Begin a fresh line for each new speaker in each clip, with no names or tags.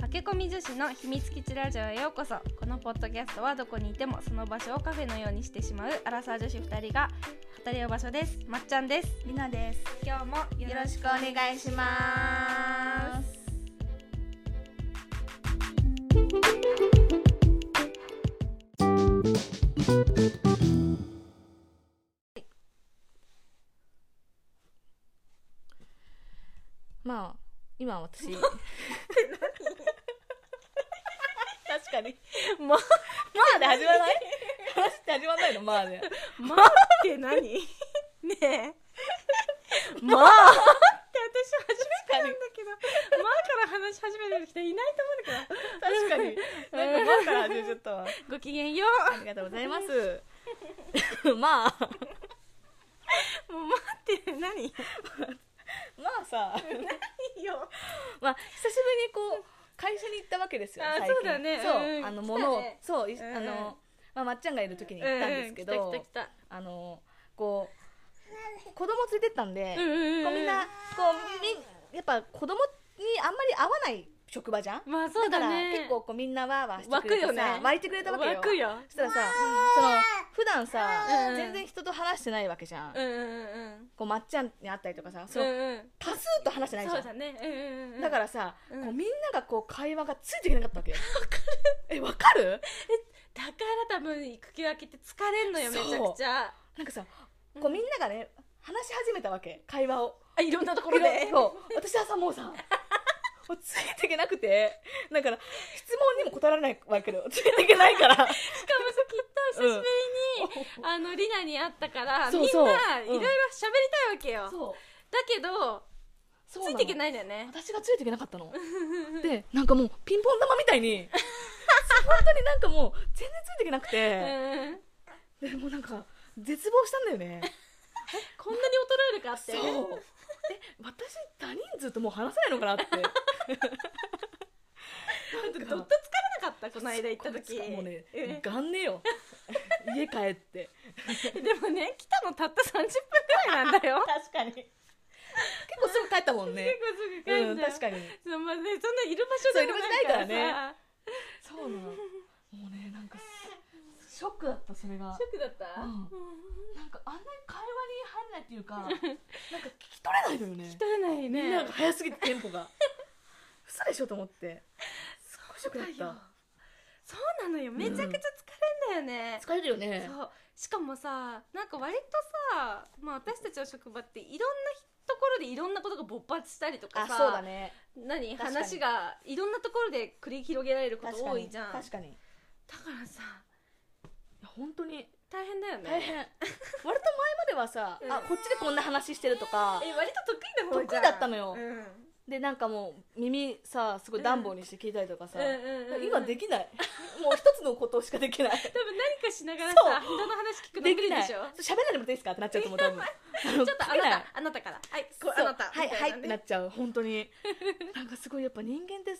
駆け込み女子の秘密基地ラジオへようこそこのポッドキャストはどこにいてもその場所をカフェのようにしてしまうアラサー女子2人が語り合う場所ですまっちゃんです
りなです
今日もよろしくお願いします
まあ今私 確かに
ま
まあで始ま らない話って始まらないのまあで
まあって何 ねえまあって私初めてなんだけ どまあから話し始めてる人いないと思うんだけ
確かになんかまあから始めちゃったわ
どごきげんよ
ありがとうございます まあ
うもうまあって何
まあさ
いいよ
まあ久しぶりにこう会社に行ったわけですよ
あ
最近
そうだね
そう、
うん
あの
来たね
物をそう、い
うん
あの、まあ、まっちゃんがいる時に行ったんですけど、
うん来た来た来
あのこう子供連れてったんで、
たうんうん
こ
う
うみんなこうみやっぱ子供にあんまり合わない職場じゃん
まあそうだ
から
ね
結構こうみんなわーわーしてくれて
湧くよ
さ、
ね
湧いてくれたわけよ
湧くよ
そしたらさ、その普段さ、
うん
全然人と話してないわけじゃん、
うんうんうん
こうまっちゃんに会ったりとかさそ
うん
の、
うん
多数と話してないじ
そ
ゃ
うんだねうんうんうん
だからさ、
うん
こうみんながこう会話がついていけなかったわけよ。わかる。え、わかる
だから多分育休明けって疲れんのよめち
そう
ゃくちゃ
なんかさ、こうみんながね、話し始めたわけ、会話を。
あいろんなとこ
これ
ろで
そう。私はさ、もうさ、もうついていけなくて、だから、質問にも答えられないわけよ。ついていけないから。
しかもさきっと久しぶりに、あのリナに会ったから
そうそう
みんないろ
うん
いろ喋りたいわけよ、だ
そう。
けど
つ
ついていけ
い。
ないんだよね
私がついていけなかったの。で、なんかもう、ピンポン玉みたいに、本当になんかもう、全然ついていけなく
うん
て、でもうなんか、絶望したんだよね。
こんなに衰えるかって
そうえ私他人数ともう話せないのかなって
なんかどっと疲れなかったこの間行った時
もうね
うん
がんねよ家帰って
でもね来たのたった30分ぐらいなんだよ
確かに結構すぐ帰ったもん
結
ね
構すぐ帰
う
っ
ん
ちゃう
確かに
そうまあね、そんないる場所でもないから
そういる場所ないから
さ
そうなのもうねなんかすショックだったそれが
ショックだった、
うんなんかあんなに会話に入らないっていう かなんか聞き取れないのよね
取れないね
なんか早すぎてテンポが嘘でしょと思ってすっごいショック
そう
だっ
だよ
た
そうなのよめちゃくちゃ疲れんだよね、
疲れるよね
そうしかもさなんか割とさ、まあ、私たちの職場っていろんなところでいろんなことが勃発したりとか
あ
さ
そうだね
何
確かに
話がいろんなところで繰り広げられるこ
確
と
か
多
に
いじゃんだか
確かにい
らさ
や本当に
大変だよね
大変割と前まではさ、
うん
あこっちでこんな話してるとか
え割と得意な方じゃん
得意だったのよ
うん、うん
でなんかもう耳さすごい暖房にして聞いたりとかさ、
うんうんうん
今できないもう一つのことしかできない
多分何かしながら
そう
さ人の話聞くの
で
無
き
理
な
で
い
しょ
喋らないでもいいですかってなっちゃうと思う多 分ちょっ
ちょっとあなたあなたからはいこうあなた
はい
みた
はい
な
っ
ね
てなっちゃう本 当になんかすごいやっぱ人間って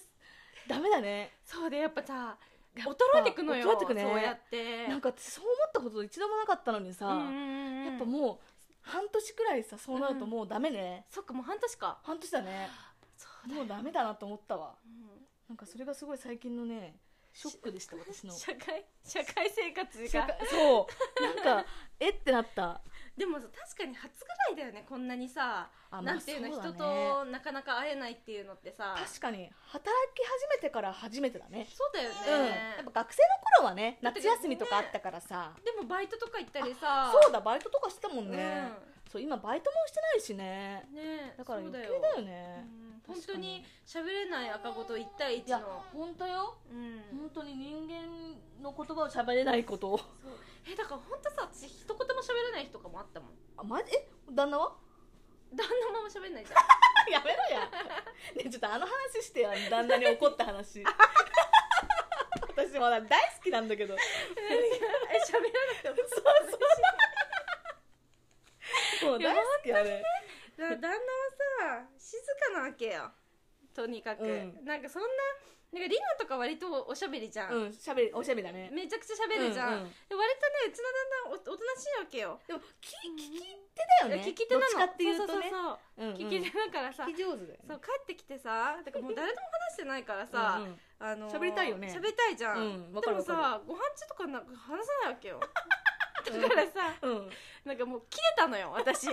ダメだね
そうでやっぱさ
やっぱ
衰えてくのよ
衰えてくね
そうやって
なんかそう思ったこと一度もなかったのにさ、
うんうんうん
やっぱもう半年くらいさそうなるともうダメね、
そっかもう半年か
半年だね
そうだ
もうダメだなと思ったわ
うん
なんかそれがすごい最近のねショックでした私の
社会社会生活
社
が
会そうなんか えってなった
でもさ確かに初ぐらいだよねこんなにさ
あ
なんていうの
まあそ
人
だね
となかなか会えないっていうのってさ
確かに働き始めてから初めてだね
そうだよ
うん
ね
やっぱ学生の頃はね夏休みとかあったからさ、
でもバイトとか行ったりさ
そうだバイトとかしてたもん
ね
ね、そう今バイトもしてないしね
ね
だから余計だ
そう
よ
う
ね
ん本
確
当
か
に
に
喋れない赤子と一対一
いや
の
本当よ
うん
本当に人間の言葉を喋れないこと
えだから本当さ私一言も喋れない日とかもあったもん
あマジえ旦那は
旦那もあんま喋れないじゃん
やめろやねちょっとあの話してよ旦那に怒った話私まだ大好きなんだけど
え喋らなくても
そうそう。もう大好きあれ。
だ旦那はさ静かなわけよとにかく、
うん
なんかそんななんかリナとか割とおしゃべりじゃん、
うんしゃべりおしゃべりだね
めちゃくちゃしゃべるじゃん、
うう
で割とねうちの旦那おおとなしいわけよ
でもき聞き手だよね
聞き手なの
どっちかっていうとね
そうそう
うんうん
そう、聞き手だからさ
聞き上手だよね
そう帰ってきてさだからもう誰とも話してないからさ、
うんうん
あのー
喋りたいよね
喋りたいじゃん、
うんわ
で
かる
も
わかる
さご飯中とかなんか話さないわけよだからさ
うん
なんかもう切れたのよ 私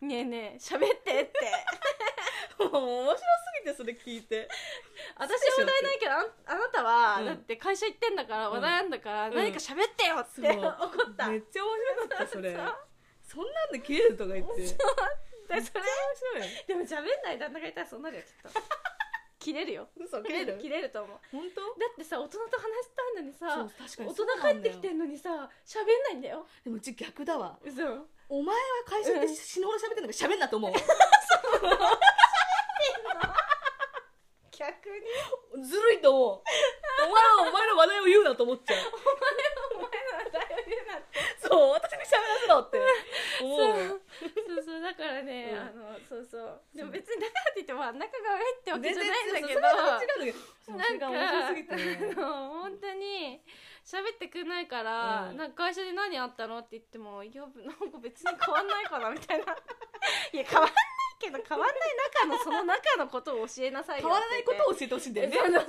ねえねえ喋ってって
もう面白すぎてそれ聞いて
私は話題ないけどあんあなたは、
うん
だって会社行ってんだから
うん
話題あんだから、
うん
何か喋ってよって、
そう
怒った
め
で
っちゃ面白かったそれ
そう
そんなんで切れるとか言ってめっちゃ
それ
面白い
でも喋んない旦那がいたらそうなるよきっと切れるよ
嘘切れる
切れると思う
本当
だってさ大人と話したいのにさ
そう確か
大
に
人帰ってきて
る
んのにさ喋んないんだよ
でもうち逆だわ
嘘喋んの
お前は会社で死ぬほど喋ってんだから喋んなと思う
逆に
ずるいと思うお前はお前の話題を言うなと思っちゃう
お前の話題を言うなって
そう私に喋らせろって思う
そうそうそうだからね、
うん
あのそうそうでも別にだからって言っても仲が悪いってわけじゃないんだけど
全然そうそれは違うんだけ
な
ど
んか
それが面白すぎてね
あの本当に喋ってくんないから、
うん
なんか会社で何あったのって言ってもいや なんか別に変わんないかなみたいな いや変わんないけど変わんない中のその中のことを教えなさいよ
変わらないことを教えてほしいんだよね
そうそう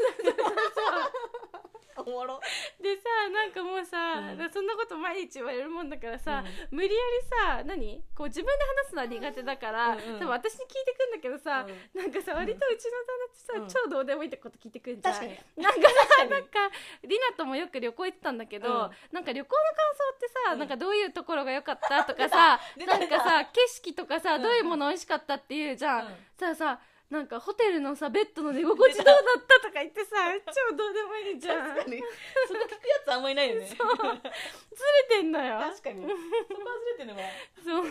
おもろ
でさなんかもうさ、
うん
なんかそんなこと毎日言われるもんだからさ、
う
無理やりさ何こう自分で話すのは苦手だから、
うんうん
多分私に聞いてくんだけどさ、
う
なんかさ割とうちの旦那ってさ、超どうでもいいってこと聞いてくんじゃん
確かに
なんかさなんかりなともよく旅行行ってたんだけど、
うん
なんか旅行の感想ってさ、
うん
なんかどういうところが良かったとか さ
出
な
た
ん
出た
かさ景色とかさ、
うん
どういうもの美味しかったっていうじゃん、
うん
さあさなんかホテルのさベッドの寝心地どうだったとか言って さ超どうでもいいじゃん
確かにそこ聞くやつあんまいないよね
ずれてんのよ
確かにそこ忘れてるわ
そう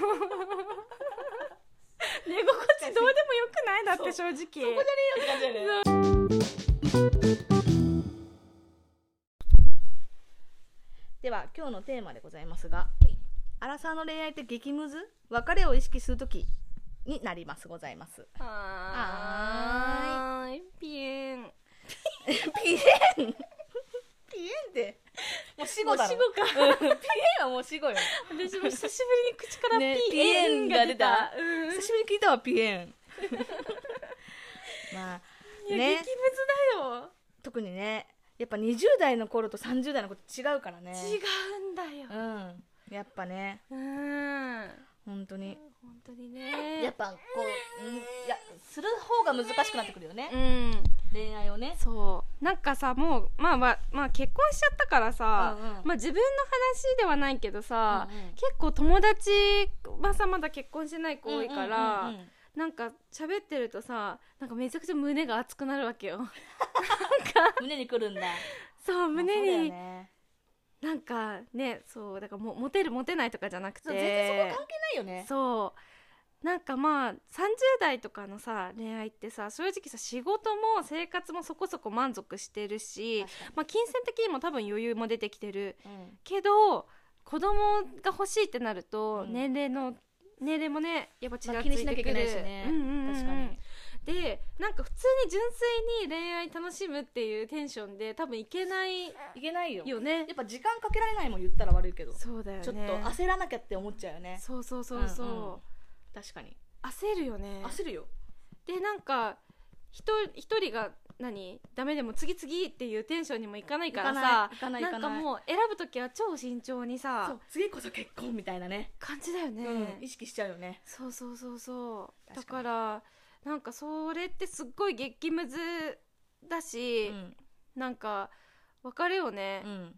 寝心地どうでもよくないだって正直
そこじゃねえよって感じだよねでは今日のテーマでございますがアラサーの恋愛って激ムズ別れを意識するときになりますございます
はーいピエン
ピエンピエンってもう死
も
後
う
だ
死
ろ
後か
うんピエンはもう死 後よ
私も久しぶりに口から
ね
ピエンが出た。うん
久しぶりに聞いたわピエン まあ
いや
ね
激ムズだよ。
特にねやっぱ20代の頃と30代の頃違うからね
違うんだ
う
よ。
んやっぱね
うん。
本当に
本当に
やっ
ね。
ぱこう、うん、いやする方が難しくなってくるよね、
うん。
恋愛をね
そう。なんかさ、もう、まあまあ、まあ結婚しちゃったからさ、
うんうん
まあ自分の話ではないけどさ、
うんうん
結構友達はさ、まだ結婚してない子多いから、
うんうんうんうん
なんか喋ってるとさ、なんかめちゃくちゃ胸が熱くなるわけ よ。
胸にく るんだ
そう、胸に。
まあそうだよね
なんかねそうだからもモテるモテないとかじゃなくて
そう全然そこ関係ないよね
そうなんかまあ30代とかのさ恋愛ってさ正直さ仕事も生活もそこそこ満足してるし、
確
まあ、金銭的にも多分余裕も出てきてる
かにうん
けど子供が欲しいってなると、
うん
年齢の年齢もねやっぱち
ま
ら
あ
つ
気に
い
しなきゃ
て
い
くる、
けないしね、
うんうんうんうん
確かに
でなんか普通に純粋に恋愛楽しむっていうテンションで多分いけない
いけないよ
よね
やっぱ時間かけられないもん言ったら悪いけど、
そうだよね
ちょっと焦らなきゃって思っちゃうよね
そうそうそうそう、
うんうん確かに
焦るよね
焦るよ
でなんか一人一人が何ダメでも次々っていうテンションにもいかないからさ
行か
な
ない行かない
んか
う
もう選ぶ時は超慎重に
そ
さ
う次こそ結婚みたいなね、
感じだよね、
うん意識しちゃうよね
そうそうそうそうだ
確
か
から
なんかそれってすっごい激ムズだし、
ん、
なんか別れをね、
うん、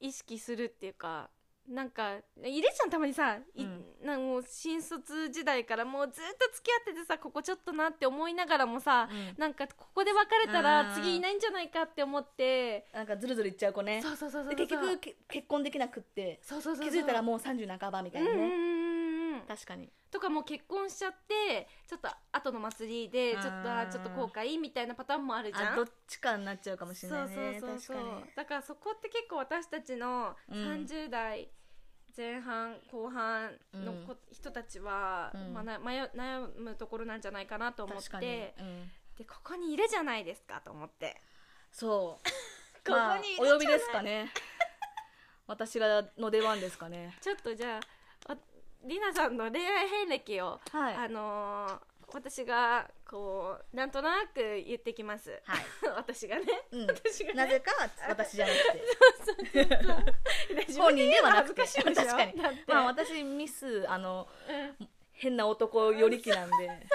意識するっていうかなんかいれちゃんたまにさ、い
うん
なんかもう新卒時代からもうずっと付き合っててさここちょっとなって思いながらもさ、なんかここで別れた
う
ら
ん
次いないんじゃないかって思って、
なんかずるずるいっちゃう子ね
そうそうそうそうそう
で結局け結婚できなくって
そうそうそう
気づいたらもう30半ばみ
う
た
ん
いな
うん
ね、
うんうん
確かに
とかもう結婚しちゃってちょっと後の祭りでちょっとあ
うん
ちょっと後悔みたいなパターンもあるじゃ
あ
ん
どっちかになっちゃうかもしれないね
そうそうそうそう
確かに
だからそこって結構私たちの
うん
30代前半後半のこ人たちは、
うん
まあな迷う悩むところなんじゃないかなと思っ
確かに
て、
うん
でここにいるじゃないですかと思って
そう
ここにいるじゃない
まあお呼びですかね私がの出番ですかね
ちょっとじゃあありなさんの恋愛遍歴を、
は
あのー私がこうなんとなく言ってきます、
は
私がね
うん、
私が
な
ね
ぜか私じゃなく
自
て
分
本
で
人ではな
恥
く
ず
て
かしいでしょ
確かに
だって
まあ私ミスあの
うん
変な男寄り気なんで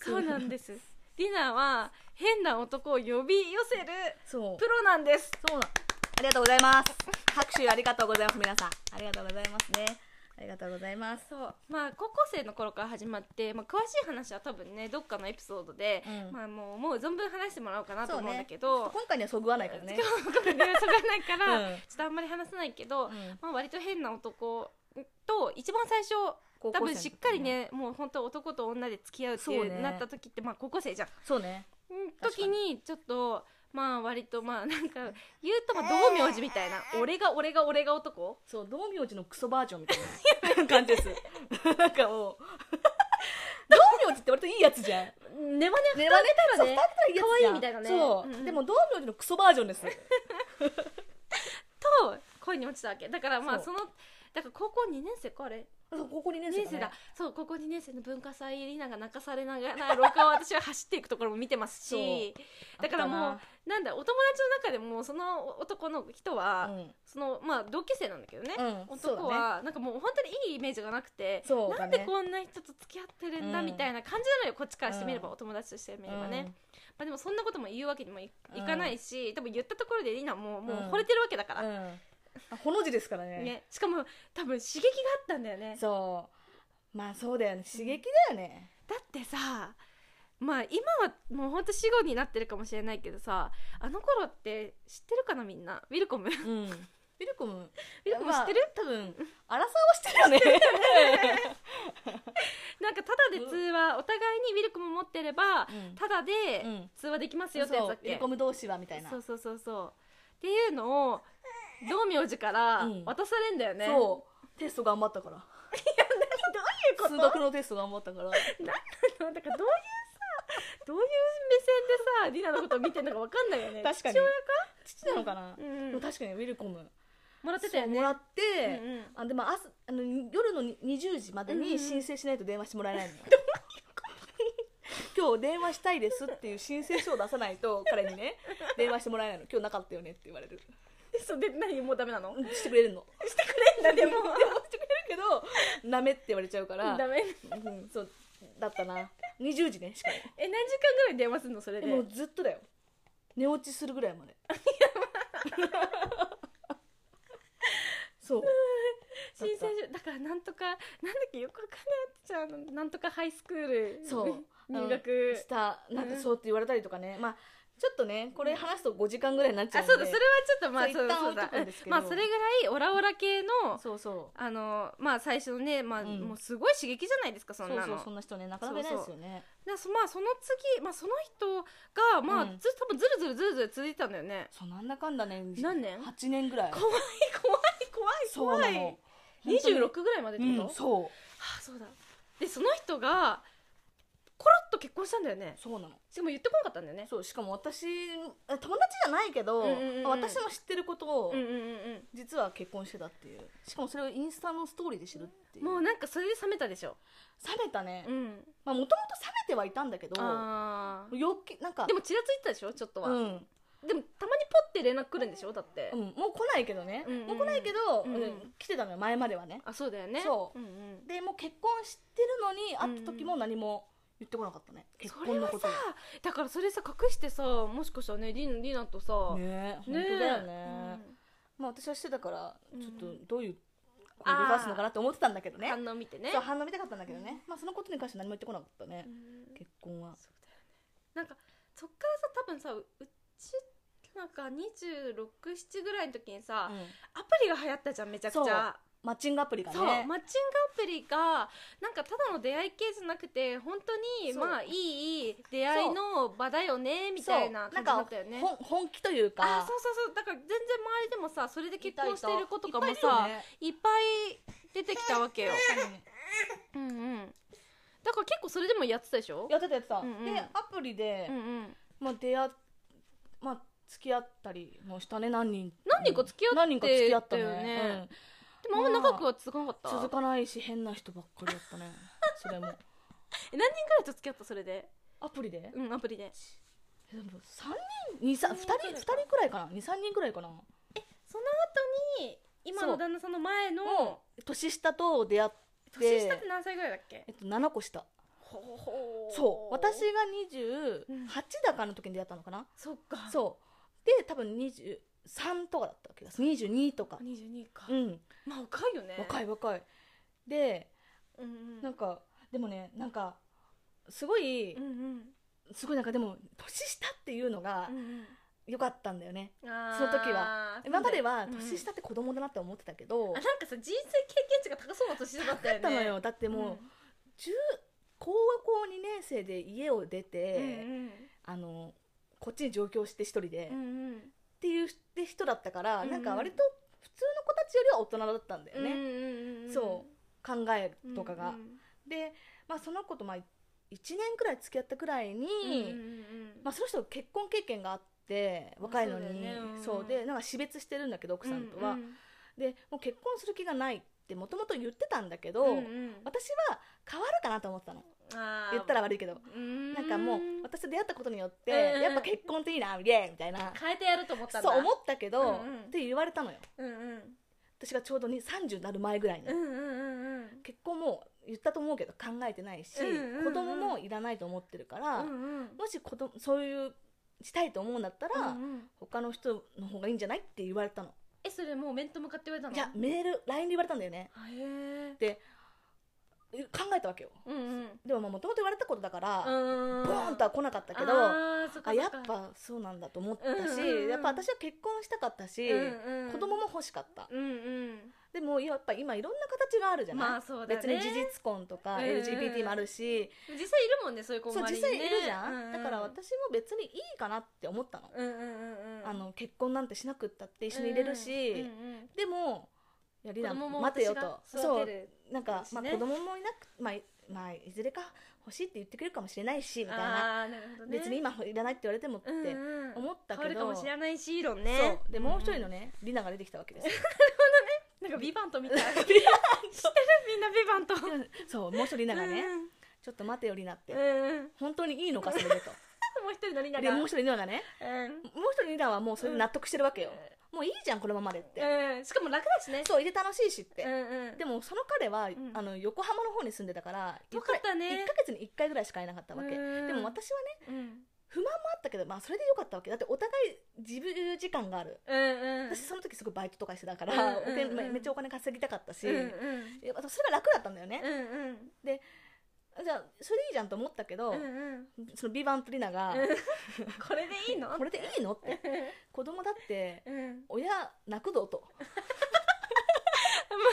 そうなん ですリナは変な男を呼び寄せる
そう
プロなんです
そうなんありがとうございます拍手ありがとうございます皆さんありがとうございますねありがとうございます
そうまあ高校生の頃から始まって、まあ、詳しい話は多分ねどっかのエピソードで、
うん
まあもう思う存分話してもらおうかなと
そう
思うんだ
ね
けど、
今回にはそぐわないからね
今日これで そがないから、
うん
ちょっとあんまり話さないけど、
うん
まあ、割と変な男と一番最初
高
多
校生の時ね
分しっかりねもう本当男と女で付き合うってい
そう
う
ね
なった時って、まあ高校生じゃん
そうね
うん
確か
時
に
にちょっとまあ割とまあなんか言うとまあ道明寺みたいな、俺が俺が俺が男
そう道明寺のクソバージョンみたいな感じです なんかもう 道明寺って割といいやつじゃん
ネバ
ねまねた
ら
ら
ね
ね可
可愛いみたいなね
そう、
うんうん
でも道明寺のクソバージョンです
と恋に落ちたわけだからまあ
そう
そのだから高校2年生かあれ
ここにね
2年生だそう高校2年生の文化祭リナが泣かされながら 廊下を私は走っていくところも見てますしだからもうなんだお友達の中でもその男の人は、
うん
そのまあ同級生なんだけどね、
うん
男
そうだ
は、なんかもう本当にいいイメージがなくて、
そう
な
だ
ん
ね
でこんな人と付き合ってるんだ
うん
みたいな感じなのよ、こっちからしてみれば、
うん
お友達としてみればね、まあ、でもそんなことも言うわけにもい,、
うん
かないし多分言ったところでリナももう
うん
惚れてるわけだか
うん、
ら、
うんあほの字ですからね
ね、しかも多分刺激があったんだよね
そうまあそうだよね刺激だよね、
だってさまあ今はもう本当死後になってるかもしれないけどさあの頃って知ってるかなみんなウィルコムウィ
うんウィルコム
ルコム知ってる、
多分アラサーは 知ってるよね
なんかただで通話、お互いにウィルコム持ってれば、
うん
ただで、
うん
通話できます
そ
よ
う
ってやつだっ
ウィル
け
コム同士はみたいな
そうそうそうそうっていうのを道明寺から
うん
渡されんだよね、
そうテスト頑張ったからいや何どういうこと数学のテスト頑張ったから
なんだからどういうさどういう目線でさリナのことを見てるのかわかんないよね
確かに
父親
父なのかな、
うん
でも確かにウィルコム
もらってたよ
そう
ね
もらって、
うんうん
あでも朝あの夜の20時まで
うんうん
に申請しないと電話してもらえないの、 今日電話したいですっていう申請書を出さないと彼にね電話してもらえないの今日なかったよねって言われる
そうで何もうダメなの
うん してくれるの
してく れんだでも
してくれるけどダメって言わ れちゃうから
ダメ
うん、そうだったな20時ねしかも
え何時間ぐらい電話するのそれ
え
で
もうずっとだよ寝落ちするぐらいまでそう
申請書だからなんとかなんだっけよくわかんないやつじゃんなんとかハイスクール
そう
入
あの
学
したなんか
うん
そうって言われたりとかね、まあちょっとねこれ話すと5時間ぐらいになっちゃ
あ
うんで
そうだそれはちょっとまあそうそう
そう一旦置いと
だ
くんですけど
まあそれぐらいオラオラ系の
そうそ
あのまあ最初のねまあ、
うん
もうすごい刺激じゃないですか
う
そん
そう
なの
そうそんな人ねなかなかいないですよね
だそまあその次まあその人がまあ、
うん
ず多分ずるずるずるずる続いてたんだよね
そうなんだかんだね
何年
8年ぐらい
怖い
そ
怖い怖
うない
怖い
の
26ぐらいまでってこと、
うんそう
はあそうだでその人がコロッと結婚したんだよね
そうなの
しかも言ってこなかったんだよね
そうしかも私友達じゃないけど、
うんうんうんうん
私の知ってることを、
うんうんうん
実は結婚してたっていうしかもそれをインスタのストーリーで知るって
う
い
ん
う
もう
冷
なんかそれで冷めたでしょ
めたね
うん
まあもともと冷めてはいたんだけど
ああ
余計なんか
でもちらついてたでしょちょっとは、
うん、
でもたまにポッて連絡来るんでしょだって、
うん、もう来ないけどね、
うんうんうん
もう来ないけど、
うんうん
うん来てたのよ前まではね
あそうだよね
そう
うんうん
でもう結婚してるのに会った時も何も言ってこなかったね、結
それ
婚の
は
こと
さだからそれさ隠してさもしかしたらねりなりなとさ、
ねえ本当だ
え
よね、まあ私はしてたからちょっとどういう行動を出すのかなって思ってたんだけど
うん
ね
反応見てね
そう反応見たかったんだけどね、まあそのことに関して何も言ってこなかったね
う、ん
結婚は
そうだよねなんかそっからさ多分さううちなんか267ぐらいの時にさ、
うん
アプリが流行ったじゃんめちゃくちゃ
マッチングアプリが
そう,、
ね
マッチングアプリがなんかただの出会い系じゃなくて本当に
そう
まあいい出会いの場だよねみたいな
そ
感
う
じだったよね
なんかほん本気というか
あそうそうそうだから全然周りでもさそれで結婚してる子とかもさ
いっぱいいるよね
いっぱい出てきたわけよ。うんうん。だから結構それでもやってたでしょ
やってたやってた、
うんうん
でアプリで、
うんうん
まあ出会っまあ付き合ったりもしたね何人
何人か付き合って
何人か付き合ったね
たよね
う
でもあんま長くは続かなかった
ん続かないし変な人ばっかりだった ねそれも
え何人くらいと付き合ったそれで
アプリで
うんアプリで
えでも三人二三二人二人くらいかな二三人くらいかな
その後に今
そ
の
う
旦那さんの前の
年下と出会っ
年下って何歳ぐらいだっけ
えっと七個下
ほうほ
そう私が
うん
28だかの時に出会ったのかな、
そっか
そうで多分23とかだったわけです22とか
22か
うん
まあ若いよね
若
い
い若いで
うんうん
なんかでもねなんかすごい
うんうん
すごいなんかでも年下っていうのが
うん
良かったんだよね、
うんあー
その時は今までは
うんうん
年下って子供だなって思ってたけど、
あなんかさ人生経験値が高そうな年だったよ
だ
ね
ったのよだって
で
もう中高校2年生で家を出
うんう
て、
ん
あのこっちに上京して一人で、
う
っ
んうん
ていうって人だったから、
うん
なんか割と普通の子たちよりは大人だったんだよ
うん
ね、
うんうん
そ考え
うん
とかが。
うん
で、まあ、その子とまあ1年くらい付き合ったくらい
うんう
に、
んうん
まあ、その人結婚経験があって若いの
そう
に
だよねうん
そう,、でなんか死別してるんだけど奥さんとは。
うんうん
でもう結婚する気がないってもともと言ってたんだけど、
うんうん
私は変わるかなと思ってたの
あー
言ったら悪いけど。
うーん
なんかもう私と出会ったことによって、
うんうん
やっぱ結婚っていいなイエーイみたいな
変えてやると思ったんだ
そう思ったけど、
うんうん
って言われたのよ
うんうん
私がちょうどに30になる前ぐらいに、
うんうんうんうん
結婚も言ったと思うけど考えてないし、
うんうんうん
子供もいらないと思ってるから、
うんうん
もし子供そういうしたいと思うんだったら、
うんうん
他の人の方がいいんじゃないって言われたの
えそれもう面と向かって言われたの
いやメール LINE で言われたんだよね
あへえ
え考えたわけよ
うんうん
でももともと言われたことだから、
うん
ボーンとは来なかったけどあ
あーそっかそっか
やっぱそうなんだと思ったし、
うんうんうん
やっぱ私は結婚したかったし、
うんうん
子供も欲しかった
うんうん
でもやっぱ今いろんな形があるじゃない、
まあそうだね
別に事実婚とか
うんうん
LGBT もあるし、
実際いるもんねそういう子
そう
周
実
りにね
際いるじゃん、
うう
だから私も別にいいかなって思ったの,、
うんうんうんうん
あの結婚なんてしなくったって一緒にいれるし、
うんうん
でもいやリナ
子供も
待てよと
私が
そ
育
う
てる
なんか、
し
まあ、
ね
子供もいなく、まあいまあ、いずれか欲しいって言ってくれるかもしれないしみたいな、
あーなるほどね
別に今いらないって言われてもって
うんうん
思った
変わ
け
る
ど、
かもしれないし論ね
そうでもう一人の
ね
ね、リナが出てきたわけで すよ
なんかビバントみたい 知ってるみんなビバント
そうもう一人リナがね、
うん
ちょっと待てよリナって、
うんうん
本当にいいのかそれ でと
もう一人のりな
で
が
もう一人リナがね
うん
もう一人リナはもうそれで納得してるわけよ、もういいじゃんこのままでって、
うんしかも楽だしね
そういて楽しいしって、
うんうん
でもその彼は、
ん
あの横浜の方に住んでたから
よかったね
1ヶ月に1回ぐらいしか会えなかったわけ、
うん
でも私はね
うん
不満もあったけど、まあ、それでよかったわけだってお互い自由時間がある、
うんうん
私その時すごいバイトとかしてたから、
うんうんうん
お金まあめっちゃお金稼ぎたかったし、
うんう
やっ
ん
ぱそれが楽だったんだよね、
うんうん
じゃあそれでいいじゃんと思ったけど、
うんうん
そのビバンプリナ
う
が、
んこれでいいの
これでいいのって子供だって
うんうんも
親泣くぞと
う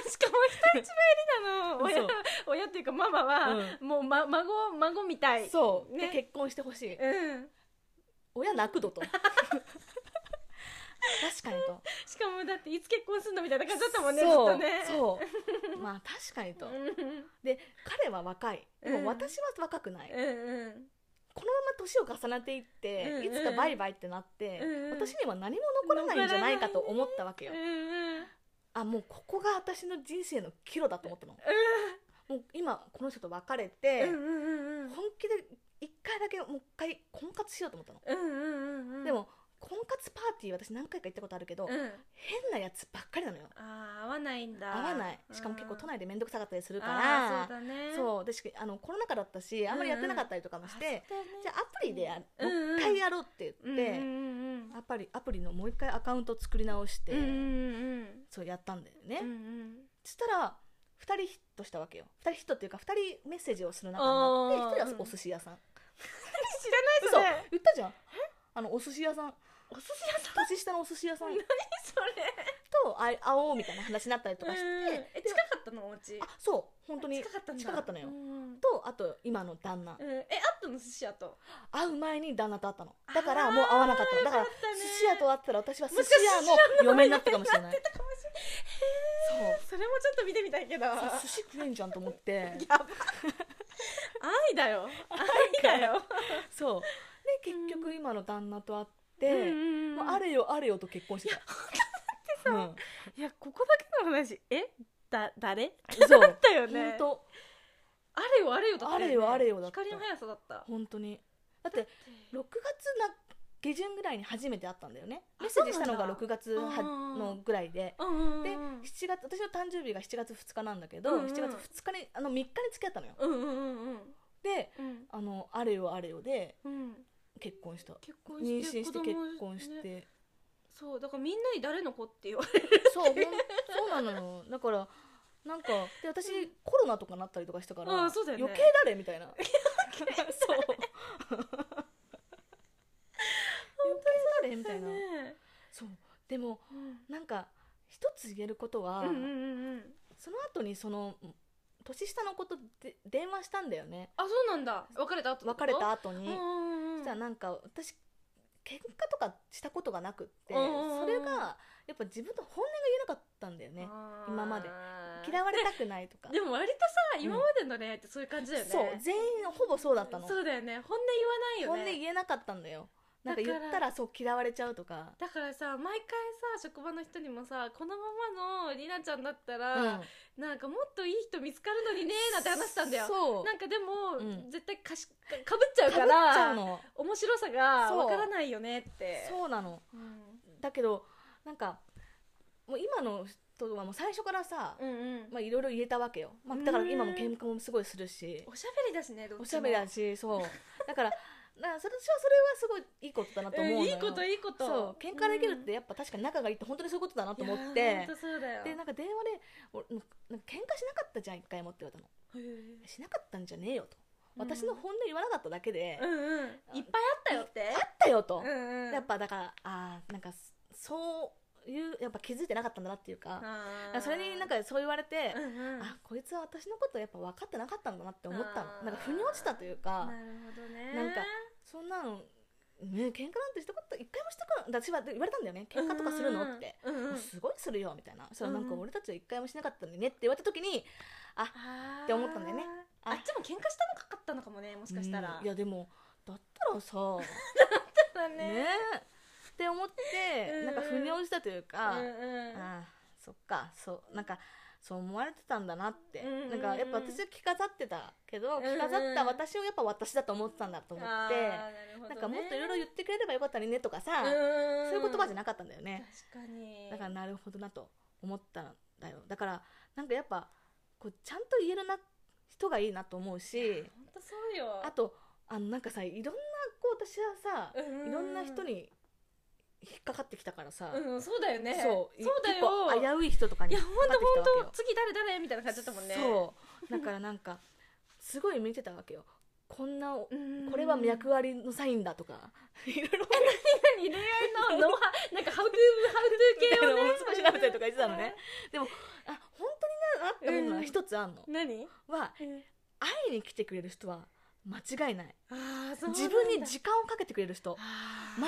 しかも一人一倍りなの親
そう
親っていうかママはもうま孫孫みたい
そう、
ね
で結婚してほしい
うん
親泣く ぞと確かにと
しかもだっていつ結婚するのみたいな感じだったもんねずっ
そう
とね
そうまあ確かにと
うん
で彼は若いで
うん
も私は若くない、
うんうん
このまま年を重ねていって、
うんうん
いつかバイバイってなって、
うんうん
私には何も残らないんじゃないかと思ったわけよ、
うんうん
あもうここが私の人生の岐路だと思ったの、もう今この人と別れて、
うんうんうん
本気で一回だけもう一回婚活しようと思ったの、
うんうんうんうん
でも婚活パーティー私何回か行ったことあるけど、
うん
変なやつばっかりなのよ
あー合わないんだ
合わないしかも結構都内で面倒くさかったりするから
あーそうだね
そうでしかあのコロナ禍だったしあんまりやってなかったりとかもして、じゃあアプリでやる
うんうん
もう一回やろうって
う
言
んうん
って、
うん
アプリアプリのもう一回アカウント作り直して、
うんうん
そうやったんだよね、
うんうんうんうん
そしたら2人ヒットしたわけよ2人ヒットっていうか2人メッセージをする中になって
あー
1人はお寿司屋さん、
知らない それ
嘘言ったじゃんあのお寿司屋さん
お寿司屋さん
年下のお寿司屋さん
何それ
とあい会おうみたいな話になったりとかして、
うんえ近かったのお家
あそう本当に
近かったんだ
近かったのよ
うんうん
とあと今の旦那
えあったの寿司屋と
会う前に旦那と会ったのだからもう会わなかったのだから
よかったね
寿司屋と会ったら私は寿
も
司
しかして
屋の嫁になったかもしれない
たかもしれそれもちょっと見てみたいけど
そうそう寿司食えんじゃんと思って
やばあ愛だよ愛だよ
そうで結局今の旦那と会って、
うん
もうあれよあれよと結婚してた。うん
いやここだけの話えだ誰
そう
だったよ
本
ね
当
あれよあれよだったね
あれよあれよだった
光の速さだった
本当にだって6月な下旬ぐらいに初めて会ったんだよね
あ
メッセージしたの
そう
が
なんだ
6月は
うん
のぐらいで
うんうんうん
で7月私の誕生日が7月2日なんだけど、
うんうん
7月2日にあの3日に付き合ったのよ
うんうんうんうん
で
うん
あのあれよあれよで
うん
結婚した
結婚
妊
して
娠して
子
結
供
婚し
ね
て、
そうだからみんなに誰の子って言われ
そうほんそうなのよだからなんかで私、コロナとかなったりとかしたから
あーそうだよね
余計誰みたいなそう 余計誰みたいな
ね
そうでも
うん
なんか一つ言えることは、
うんうんうんうん
その後にその年下の子とで電話したんだよね
あそうなんだ別れた後ってこと
別れた後
うん
に、
うんうん
そしたらなんか私喧嘩とかしたことがなくって、
うんうんうん
それがやっぱ自分と本音が言えなかったんだよね
あー
今まで嫌われたくないとか
でも割とさ今までの恋愛ってそういう感じだよね
そう全員ほぼそうだったの、
そうだよね本音言わ
本
な
音
いよね
言えなかったんだよなんか
だか
言
ら
ったらそう嫌われちゃうとか
だからさ毎回さ職場の人にもさこのままのりなちゃんだった
う
ら、なんかもっといい人見つかるのにねなんて話したんだよ
そう
なんかでも、
うん
絶対かしかかぶっちゃう
かぶ
か
っちゃ
ら
うの
面白さが
そう
わからないよねって
そうなの
うん、
だけどなんかもう今の人はもう最初からさ、
うんうん
まあいろいろ言えたわけよ、まあ、だから今も喧嘩もすごいするし
おしゃべりだしねどっちも
おしゃべりだしそうだからなそれ私はそれはすごいいいことだな
う
と思うの
ん
よ
いいこといいこと
そう喧嘩できるってやっぱ確かに仲がいいって本当にそういうことだなと思っ
いやー
て
ほんとそうだよ
でなんか電話で俺なんか喧嘩しなかったじゃん一回もって言われたの
へー
しなかったんじゃねえよと
うん
私の本音言わなかっただけで、
うんうんいっぱいあったよって
あったよと、
うんうん
やっぱだからあーなんかそういうやっぱ気づいてなかったんだなっていうか
あ
それになんかそう言われて、
うんうん
あこいつは私のことやっぱ分かってなかったんだなって思ったの
あー
なんか腑に落ちたというか
なるほどね
なんかそんなのね喧嘩なんてしたこと一回もしたこと私は言われたんだよね喧嘩とかするのって、
うんうん
もうすごいするよみたいな、そう
うん
なんか俺たちは一回もしなかったのにねって言われた時に
あー
って思ったんだよね
あっちも喧嘩したのかかったのかもねもしかしたら
うんいやでもだったらさ
だ
ねって思って、
うん
なんか腑に落ちたという
うん
か、
うん
ああそっかそうなんかそう思われてたんだなって、
うんうんうん
なんかやっぱ私は着飾ってたけど、
うんうん
着飾った私をやっぱ私だと思ってたんだと思って、
あー
なんかもっといろいろ言
っ
ってくれればよかったねとかさ、
たそ
そういう言葉じゃ
な
なかったんだよね、
確かに
だからなるほどなと思ったんだよだからなんかやっぱこうちゃんと言えるな人がいいなと思うし
本当そうよ
あとあのなんかさいろんなこう私はさ、
うん
いろんな人に引っかかってきたからさ、
うんそうだよね
そうい
そうだよ
結構危うい人とか
い
に
や
引っ
本
かかってき
当
たわけよ
本当次誰誰みたいな感じだったもんね
そうだからなんかすごい見てたわけよこんなお
うん
これは役割のサインだとかいろいろ
何恋愛 のノウハウなんかハウトゥーハウトゥー系をね
すごい調べたりとか言ってたのねでもあ本当にななって思うのは一つあんの、
何
は会いに来てくれる人は間違いない
ああそう
自分に時間をかけてくれる人ま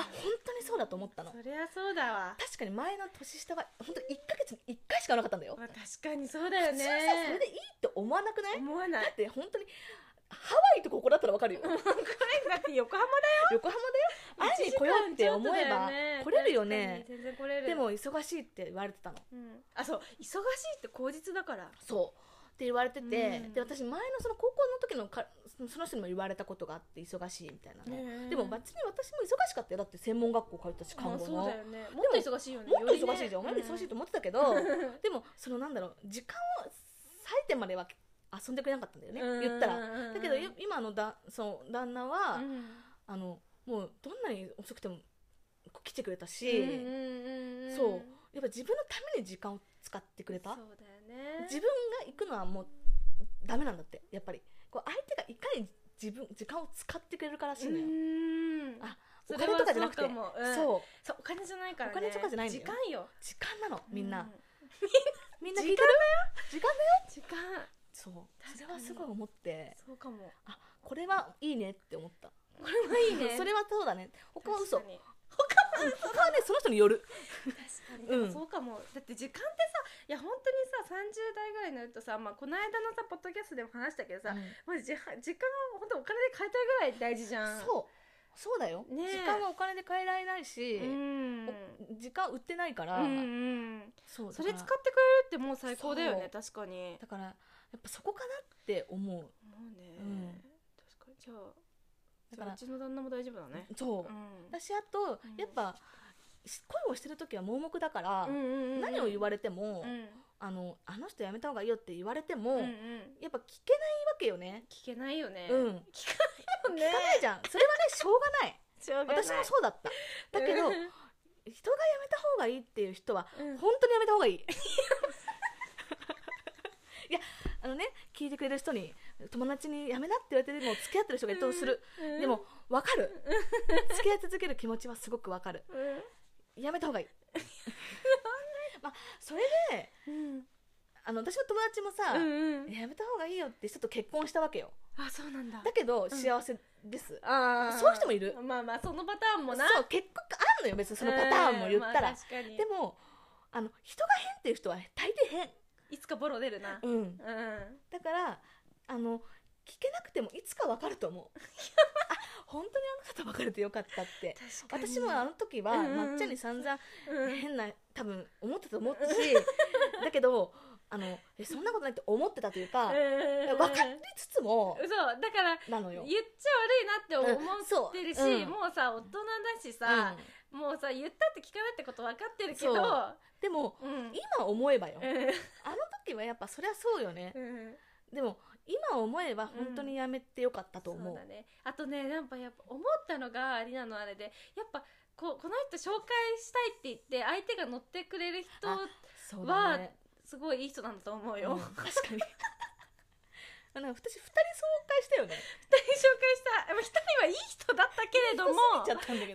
ま
あ本当にそうだと思ったの
そりゃそうだわ
確かに前の年下は本当1ヶ月に1回しか会わなかったんだよ
まあ確かにそうだよ
普通
ね
さ それでいいって思わなくない
思わない
だって本当にハワイとここだったらわかるよ
だって横浜
横浜 だよ会いに来ようって思えば来れるよね
全然来れる
で、も忙しいって言われてたの
うん、あそう忙しいって口実だから
そうって言われてて、
うん
で私前のその高校の時のかその人にも言われたことがあって忙しいみたいなね、
ねえ
でも別に私も忙しかったよだって専門学校通ったし
ま
看
あ
護
そう
の、
だよねもっと忙しいよね
もっと忙しいじゃん、
よ
もっ
り
と
ね
忙しいと思ってたけど、でもそのなんだろう時間を割いてまでは遊んでくれなかったんだよね、
うん
言ったら
うん
だけどい今のだその旦那は、
うん
あのもうどんなに遅くてもこう来てくれたし、
うんうんうんん
そうやっぱ自分のために時間を使ってくれた
そうだよね
自分が行くのはもうダメなんだってやっぱりこう相手がいかに自分時間を使ってくれるからしいのよ、
うん
あ
そ
お
れ
金
は
とかじゃなくて
そ
そう
か
う,、
もうんそうお金じゃないからね
お金とかじゃないんだ
時
よ
間よ
時間なのみんな、
う
みんな聞いてる時間だよ
時間
そう
確
そ
かに
れはすごい思って
そうかも
あこれはいいねって思った
これはいいね
それはそうだね他は嘘
確かに
それはねその人による
確
う
か
ん
に、でもそうかもだって時間ってさいや本当にさ30代ぐらいになるとさ、まあ、この間のさポッドキャストでも話したけどさ、マジ時時間を本当お金で買いたいぐらい大事じゃん
そうそうだよ、
ねえ
時間はお金で変えられないし、
うん
お時間売ってないから、
うんうん
そう
それ使っ
だ
てく
か
れるってもう最高だよね確かに
らだからやっぱそこかなって思う
もうね、
うん
確かにじゃあじゃ
だか
あ
ら
うちの旦那も大丈夫だねう
そう、
ん
私あと、
うん
やっぱし恋をしてる時は盲目だから、
うんうんうん
何を言われても、
うん
あのあの人やめた方がいいよって言われても、
うんうん
やっぱ聞けないわけよね。
聞けないよね、
うん、
聞かない
聞
よ
か
ね
ないじゃん。それはねしょうが ない。
しょうがない
私もそうだった。だけど、
うん
人がやめた方がいいっていう人は
うん
本当にやめた方がいい。 いやあのね聞いてくれる人に友達にやめなって言われてでも付き合ってる人がいるとする、
うん
でもわかる付き合い続ける気持ちはすごくわかるやめた方がいい まあそれで
うん
あの私の友達もさ、
うんうん
やめた方がいいよって人と結婚したわけよ
あそうなんだ
だけど
ん
幸せです、
あー
そういう人もいる
まあまあそのパターンもな
そう結構あんのよ別にそのパターンも言ったら、
うんまあ確かに
でもあの人が変っていう人は大抵
いつかボロ出るな
変、うん、
うん
だからあの聞けなくてもいつかわかると思うあ本当にあの方別れてよかったって
確かに
私もあの時は
うんうん
まっちゃんに散々
うん
変な多分思ってたと思ったしだけどあのえそんなことないって思ってたというか分かりつつも
そうだから
なの
言
よ
っちゃ悪いなって
うん
思
そう
ってるし、
うん
もうさ大人だしさ、
うん
もうさ言ったって聞かないってこと分かってるけど
そでも
うん
今思えばよ
うん
あの時はやっぱそりゃそうよね
うん
でも今思えば本当にやめてよかったと思
そう
う
だねあとねやっぱやっぱ思ったのがリナのあれでやっぱこうこの人紹介したいって言って相手が乗ってくれる人
あそうだね
すごいいい人なんだと思う
う
よ、
ん確かにあ なんか私2人紹介したよね
紹介したでも一人はいい人だったけれども
人すぎちゃったんだけ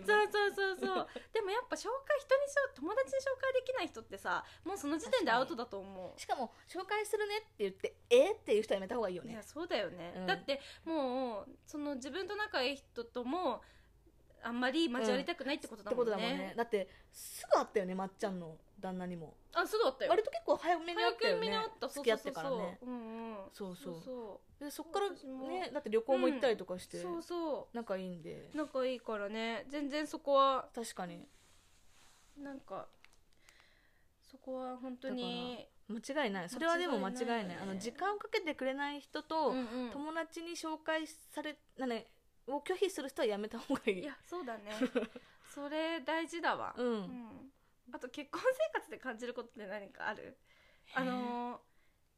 そうそう
ど
そうそうでもやっぱ紹介人にしよう友達に紹介できない人ってさもうその時点でアウトだと思う
しかも紹介するねって言ってえーっていう人はやめた方がいいよ
い
ね
やそうだよね、
うん
だってもうその自分と仲いい人ともあんまり交わりたくないってこと
っ
だ
て
も
こ
ん
と
ね,、
だもんねだってすぐあったよねまっちゃんの旦那にも
あそうだったよ
割と結構早めに会
早
ったよ
く見に
ね
あったそう
付き合ってから
そう
ね
そううんうん
そうそう
そ
でそっから
私も
ねだって旅行も行ったりとかして
うそうそ
仲いいんで
う仲いいからね全然そこは
確かに
なんかそこは本当に
間違いないそれはでも間違いない
間違いないよね
あの時間をかけてくれない人と
うんうん
友達に紹介されなねを拒否する人はやめた方がいい
いやそうだねそれ大事だわ
うん
う、んあと結婚生活で感じることって何かあるあの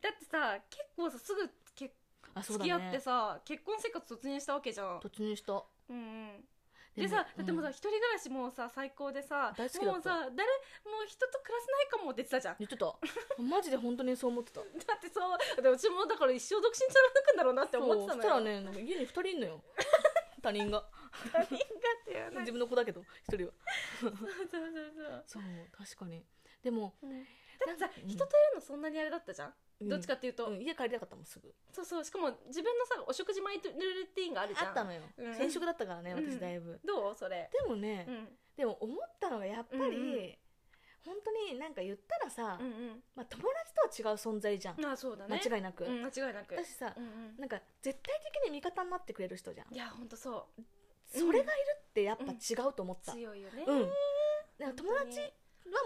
ーだってさ結構さすぐ結
あそう
付
だ
き
ね
合ってさ、結婚生活突入したわけじゃん、
突入した
うんうん、でさだってもうさ、
うん
一人暮らしもさ最高でさ
大好きだった
もうさ誰もう人と暮らせないかもって言ってたじゃん
言 ってたマジで本当にそう思ってた
だってそうでもうちもだから一生独身貫くんだろうなって思ってた
そう
の
した
よ
らねなんか家に2人いん のよ他人が
他人がって言わない
自分の子だけど1人は
そうそうそう
そう確かにでも、
そうだってさ、
うん
人といるのそんなにあれだったじゃん、
うん
どっちかっていうと、
うん家帰りたかったもんすぐ
そうそうしかも自分のさお食事マイルーティーンがあるじゃん
あったのよ
うん
転職だったからね
うん
私だいぶ、
どうそれ
でもね、
うん
でも思ったのがやっぱり、
うんうん
本当になんか言ったらさ、
うん
まあ、友達とは違う存在じゃん、
うんあそうだね
間違いなく、
うん間違いなく
私さ
う、んうん
なんか絶対的に味方になってくれる人じゃん
いやほんとそ
それがいるってやっぱ違うと思っ
う
た、うん
強いよね
だから友達は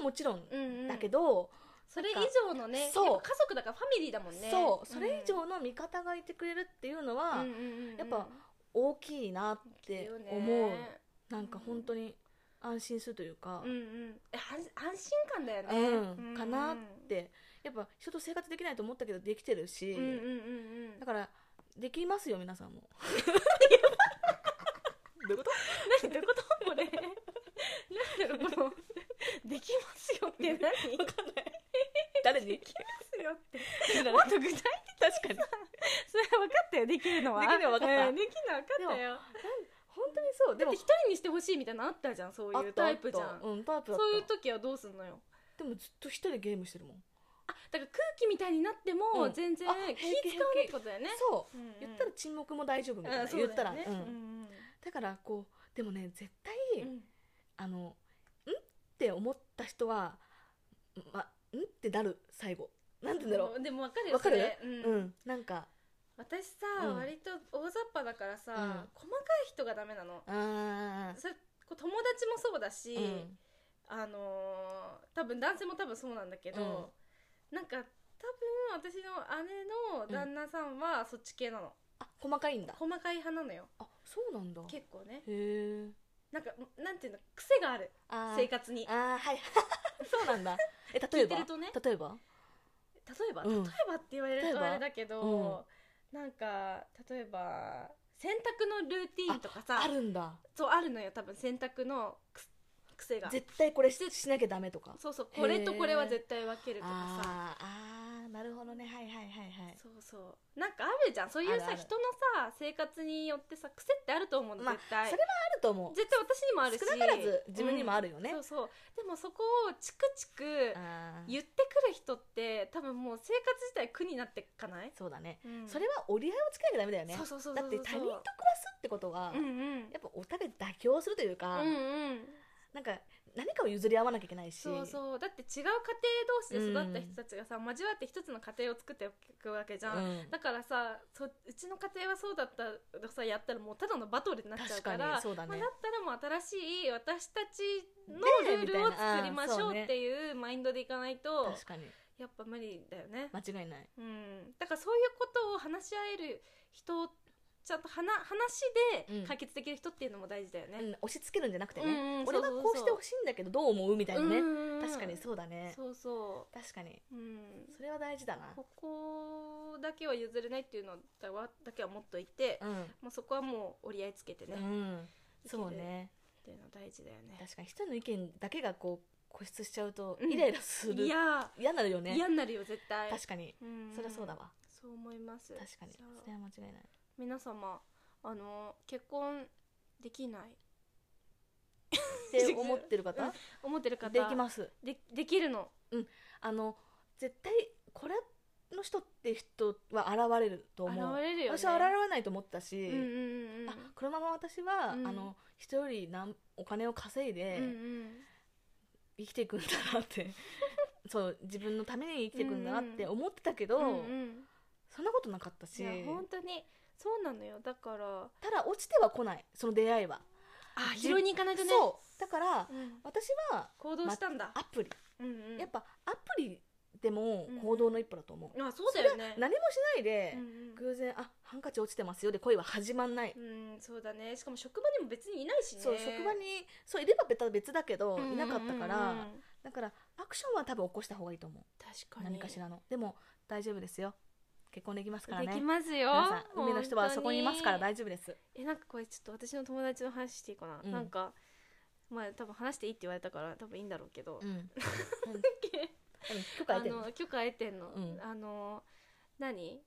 もちろん
うんうん
だけど、
それ以上のね
そう
やっぱ家族だからファミリーだもんね
そうそれ以上の味方がいてくれるっていうのは
うんうんうんうんうん
やっぱ大きいなって思う、なんか本当に安心するというか
うんうんえ安安心感だよね
うんかなっ
うん
てやっぱ人と生活できないと思ったけどできてるし、
うんうんうんうん
だからできますよ皆さ んもどういうこと
何どういうことこれ何だろうこの「できますよ」って何「で
誰に
すよ」って
誰に
もっと具体的に
確かに
それ分かったよできるのは
できるのは分かった
うんできるのは分かったよ
本当にそうで
だっ
も
て一人にしてほしいみたいなのあったじゃんそう
あ
い
っ
う
た
タ
あ
イ
っ
プじゃん
たうんタイプだった
そういう時はどうすんのよ
でもずっと一人でゲームしてるもん
あだから空気みたいになっても
うん
全然
あ
気
平気
使わないってことだよね
そう
うんうん
言ったら沈黙も大丈夫みたいな
うんそう
言った
だ
ら
よね
うんだからこうでもね絶対
うんうん
あのって思った人は、ま、んってなる最後なんて言うんだろ
でも分かるよ
わかる
それう
う、
ん
うん、なんか
私さ、
うん
割と大雑把だからさ、
うん
細かい人がダメなの
あ
それこう友達もそうだし、
ーうん
あのー多分男性も多分そうなんだけど、なんか多分私の姉の旦那さんはそっち系なの、
あ細かいんだ
細かい派なのよ
あそうなんだへ
結構ね
え
なんかなんていうの癖がある
あー
生活に
あーはい そうなんだえ例
聞
え
いて
ば
るとね
例えば
例えば、
うん
例えばって言われ
例え
ると
ば
あれだけど、なんか例えば洗濯のルーティーンとかさ
あるんだ
そうあるのよ多分洗濯のくす癖が
絶対これししなきゃダメとか
そうそうこれとこれ
へ
は
ー
絶対分けるとかさ
あーあーなるほどねはいはいはいはい
そうそうなんかあるじゃんそういうさ
あるある
人のさ生活によってさ癖ってあると思うの、
まあ
絶対
それはあると思う
絶対私にもあるし
少なからず自分にもあ
る
るよね、
そうそうでもそこをチクチク
あー
言ってくる人って多分もう生活自体苦になってかない、
そうだね、
うん
それは折り合いをつけなきゃダメだよね
そうそうそうそう
だ
そ
っ
う
て他人と暮らすってことは、
うんうん
やっぱお互い妥協するというか、
うんうん
なんか何かを譲り合わなきゃいけないし
そうそうだって違う家庭同士で育った人たちがさ、交わって一つの家庭を作っていくわけじゃん、
うん
だからさそうちの家庭はそうだったのさやったらもうただのバトルになっちゃうから
確かにそうだね
まあ、だったらもう新しい私たち
ねえ
のルールを
みたいな
作りましょ
あーそう
う
ね
っていうマインドでいかないと、
確かに
やっぱ無理だよね、
間違いない
うん、だからそういうことを話し合える人ちゃんと話話
うん
で解決できる人っていうのも大事だよ
う
ね。
ん、押し付けるんじゃなくてね、
うんうん
俺は
そうそうそう
こうしてほしいんだけどどう思うみたいなね、
うん
確かにそうだね
そうそ
確かに
う、うん、
それは大事だな
ここだけは譲れないっていうのだわだけは持っといて、もうそこはもう折り合いつけてね、
う
っ
ん、うん、そうね
ていうの大事だよね
確かに一人の意見だけがこう固執しちゃうと
うん
イライラする、
いや
嫌になるよ
ー
ね
嫌になるよ絶対
確かに
うん
そりゃそうだわ
そう思います
確かに
じゃ
そ
あ
れは間違いない
皆様あの結婚でき ない
って思ってる方、
うん思ってる方
できます
でできるの
あの絶対これの人って人は現れると
現
思う、
れるよね
私は現れないと思ったし、
うんうんうんうん
あこのまま私は、
うん
あの人よりなんお金を稼いで
うんうん
生きていくんだなって、 そう自分のために生きていくんだなって
うん
思ってたけど、
うんうん
そんなことなかったし
いや本当にそうなのよだから
ただ落ちては来ないその出会いは、
あ
じ
拾いに行かないとね
そうだから
うん
私は
行動したんだ
アプリ、
うんうん
やっぱアプリでも行動の一歩だと思う、
あそうだよね
何もしないで、
うんうん
偶然あハンカチ落ちてますよで恋は始まんない、
うんそうだねしかも職場にも別にいないしね
そう職場にそういれば別は別だけど、
うん
いなかったか
うんうんう
ら
ん
だからアクションは多分起こした方がいいと思う
確かに
何かしらのでも大丈夫ですよ結婚できますからね
できますよ
皆さん海の人はそこにいますから
本
大丈夫です
当にえなんかこれちょっと私の友達の話していいかな、
うん
なんかまあ多分話していいって言われたから多分いいんだろうけど、
うんうん許可
あ
得てるの
の許可得てんの、
うん
あの何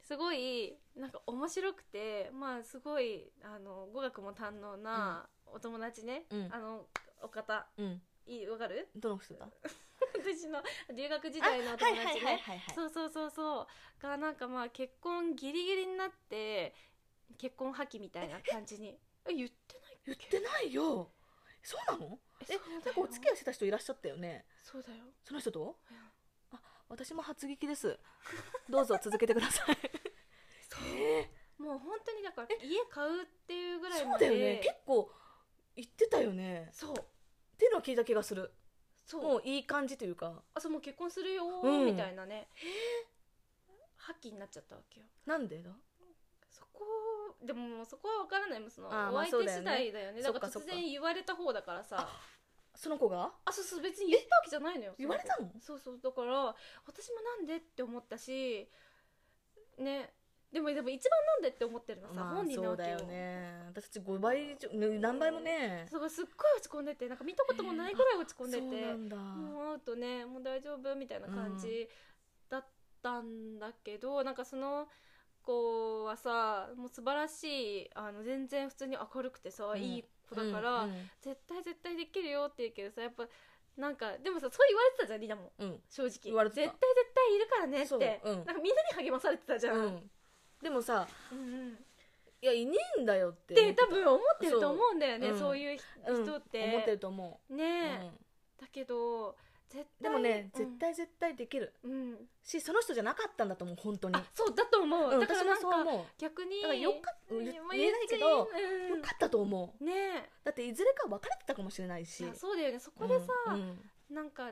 すごいなんか面白くてまあすごいあの語学も堪能なお友達ね、
うん
あのお方
うん
いいわかる
どの人だ
私の留学時代のお友達ね、
あはいはいはいはいはい
そうそうそうそうがなんかまあ結婚ギリギリになって結婚破棄みたいな感じ にえ言ってない
言ってないよそうなの
そ
え
うだ
なん
よ
かお付き合いしてた人いらっしゃったよね
そうだよ
その人と
うん
あ私も初劇ですどうぞ続けてくださ いえー
もう本当にだから家買うっていうぐらい
そ
ま
う
で
だよね結構言ってたよね
そう
っていうのは聞いた気がする
そう
もういい感じというか
あそうもう結婚するよ
うん
ーみたいなね、破棄になっちゃったわけよ
なんでだ
そこでももうそこは分からないもんその
あー
お
まあ
相
そう
手
だよね
次第だよねだから
そっ
突
かそっか
然言われた方だからさ
その子が
あそうそう別に言ったわけじゃないのよ
言われたの
そうそうだから私もなんでって思ったしねでもでも一番なんでって思ってるのさ、
まあ
本人な
そう
わけ
だ
よ
よね私たち5倍以上ね何倍もね
そうすっごい落ち込んでてなんか見たこともないぐらい落ち込んでて、
そうなんだ
もう会うとねもう大丈夫みたいな感じだったんだけど、なんかその子はさもう素晴らしいあの全然普通に明るくてさ、
うん
いい子だから、
うんうん
絶対絶対できるよって言うけどさやっぱなんかでもさそう言われてたじゃんリナも
うん
正直
言われてた
絶対絶対いるからねっ
そう
て、
うん
なんかみんなに励まされてたじゃん、う
うんんでもさ
うん、っ
いやいねえんだよって
て多分思ってると思うんだよね
そ
そうういうひ
うん
人って、
思ってると思う
ねえ、
うん
だけど絶対
でもね、
うん
絶対絶対できる
うん
しその人じゃなかったんだと思う本当に
あそうだと思う、
うん
だから
私
な
も
んか
そう思う
逆に
だからよかっ
うん
言え
まあ
言えないけど
別にうん
よかったと思う
ね
だっていずれか別れてたかもしれない
えい
し
やそうだよねそこでさ、
うん
なんか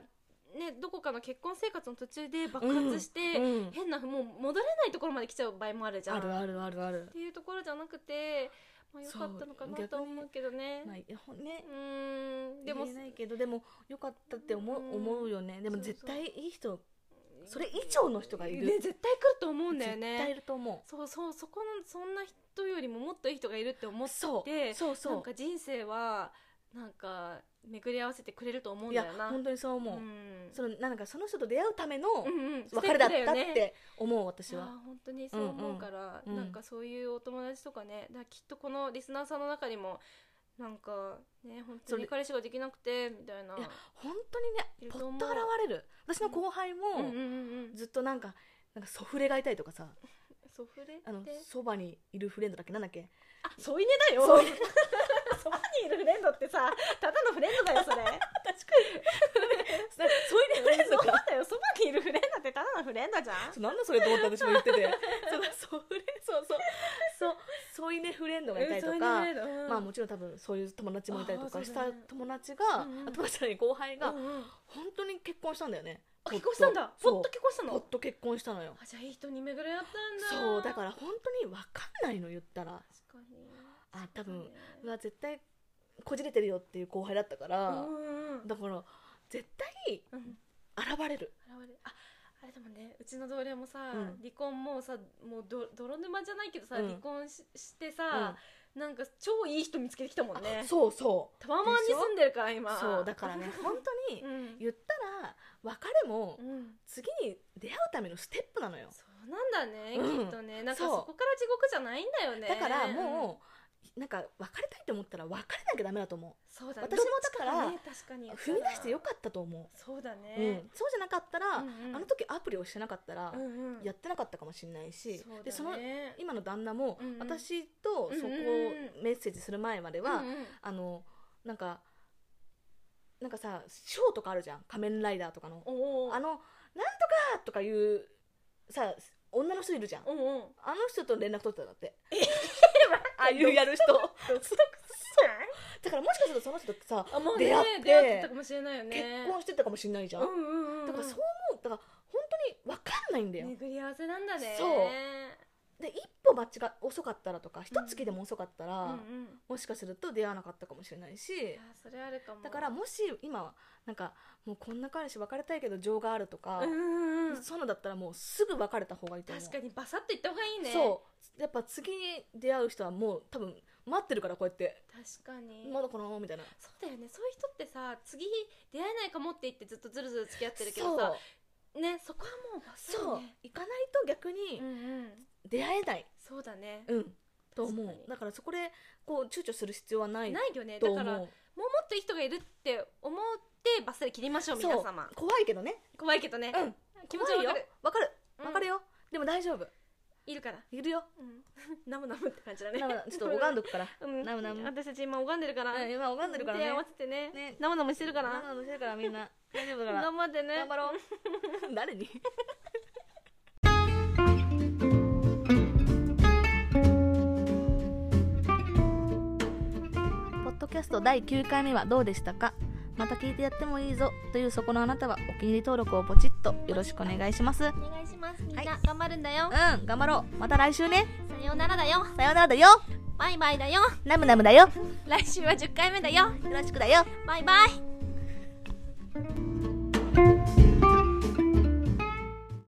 ねどこかの結婚生活の途中で爆発して、
うんうん
変なもう戻れないところまで来ちゃう場合もあるじゃん
あるあるあるある
っ、ていうところじゃなくて、まあ、よ
そう
かったのかなと思うけどね、
まあ、いやほんね
うーんで
でも
も
言えないけどでもよかったって思う
うん
思うよねでも
そうそう
絶対いい人それ以上の人がいる
ね、絶対来ると思うんだよ
絶対い
ね
ると思
そうそうそこのそんな人よりももっといい人がいるって思
う
っ
そう
て
そうそ
なん
う
か人生はなんか巡り合わせてくれると思うん
い
だ
や
よな
本当にそう思う、
うん
そのなんかその人と出会うための
うんうん
別れだっ
ステップ
たっ
よね
て思う
い
私
や
は、
本当にそう思うから、
うんうんうん
なんかそういうお友達とかねだからきっとこのリスナーさんの中にもなんかね本当
そ
に
れ
彼氏ができなくてみたいない
や本当に
い
ね
る
ポ
と
ッ
思う
と現れる私の後輩
うんうんう
も
ん
ずっとなんかなんかソフレがいたりとかさ
ソフレって
あのそばにいるフレンドだっけなんだっけ
あ添い寝だよ
そう
そばにいるフレンドってさただのフレンドだよそれ確か
そういうフレンドか
だよ そばにいるフレンドってただのフレンドじゃん
そうなんだそれと思って私も言っててそうそうフレそうそうそうそういうねフレンドがいたりとか、まあもちろん多分そういう友達もいたりと
あ
か
ーそ
し
うだ
た
ね
友達が、
うんうん
あ友達じゃない後輩が
うんうん
本当に結婚したんだよね、
あ結婚したんだ
そう
ほっと結婚した
ほ
の
っと結婚したのよ
あじゃあいい人に巡り合ったんだ
そうだからら本当に分かんないの言ったら
確かに
あ
そう
多分
だね
うわ絶対こじれてるよっていう後輩だったから、
うん
だから絶対
うん
現れる
現れるああれでもねうちの同僚もさ、
うん
離婚もうさもうど泥沼じゃないけどさ、
うん
離婚ししてさ、なんか超いい人見つけてきたもんね
あそうそ
タワマンに住んでるから今
うそうだか らね本当に
うん、
言ったら別れも
うん、
次に出会うためのステップなのよ
そうなんだね、
うん
きっとねなんか
そう
そこから地獄じゃないんだよね
だからもう、なんか別れたいと思ったら別れなきゃダメだと思
うんそうだね
私も
どっち
だから
ね確かに
う踏み出してよかったと思
そうだ
う、
ね、
うん、そうじゃなかったら、
うんうん
あの時アプリをしてなかったら、
うんうん
やってなかったかもしれないし、
そうだね
でその今の旦那も、
うんうん
私とそこをメッセージする前までは、
うんうん
あのなんかなんかさショーとかあるじゃん「仮面ライダー」とかの
おお
あの「なんとか!」とかいうさ女の人いるじゃん
おおお
あの人と連絡取ってたんだって
あ
ああいうやる人
独特
だからもしかするとその人とさ
あもうね
出
出
会って
会ってたかもしれないよね
結婚してたかもしれないじゃん、
うんうんうんうん
だからそう思うだから本当に分かんないんだよ、
巡り合わせなんだね
そうで一歩間違遅かったらとか一月でも遅かったら、
うんうん
もしかすると出会わなかったかもしれないし
いやそれあるかも
だからもし今はなんかもうこんな彼氏別れたいけど情があるとか、
うんうんうん
そういうのだったらもうすぐ別れた方がいいと思う
確かにバサッといった方がいいね
そうやっぱ次に出会う人はもう多分待ってるからこうやって
確かに
まだこのみたいな
そうだよねそういう人ってさ次出会えないかもって言ってずっとずるずる付き合ってるけ
そ
ど
う
さねそこはもうバサッ
そう、
とね
行かないと逆に
うんうん
出会えない、
そうだね
うんと思
確かに
うだからそこでこう躊躇する必要はない
ないよね
と
だ
思う
からもうもっといい人がいるって思ってバッサリ切りましょう皆様
そう怖いけどね
怖いけどね
うん
気持ちわ
怖
か
いよ
る
わかる
うん
わかるよ、でも大丈夫
いるから
いるよ
うんナムナムって感じだね
なむなむちょっと拝ん どくから
うん
ナムナム
私たち今拝んでるから
うん今拝んでるからね
手合わせてね
ね
生々してるか
な
ら
むなむしてるからみん な大丈夫だから
頑張ってね
頑張ろ う誰にポッドキャスト第9回目はどうでしたかまた聞いてやってもいいぞというそこのあなたはお気に入り登録をポチッとよろしくお願いしますうん
お願いしますみん
は
ない頑張るんだよ
頑張ろうまた来週ね
さようならだよ
さようならだよ
バイバイだよ
ナムナムだよよ
来週は10回目だよ
ろしくだよ
バイバイ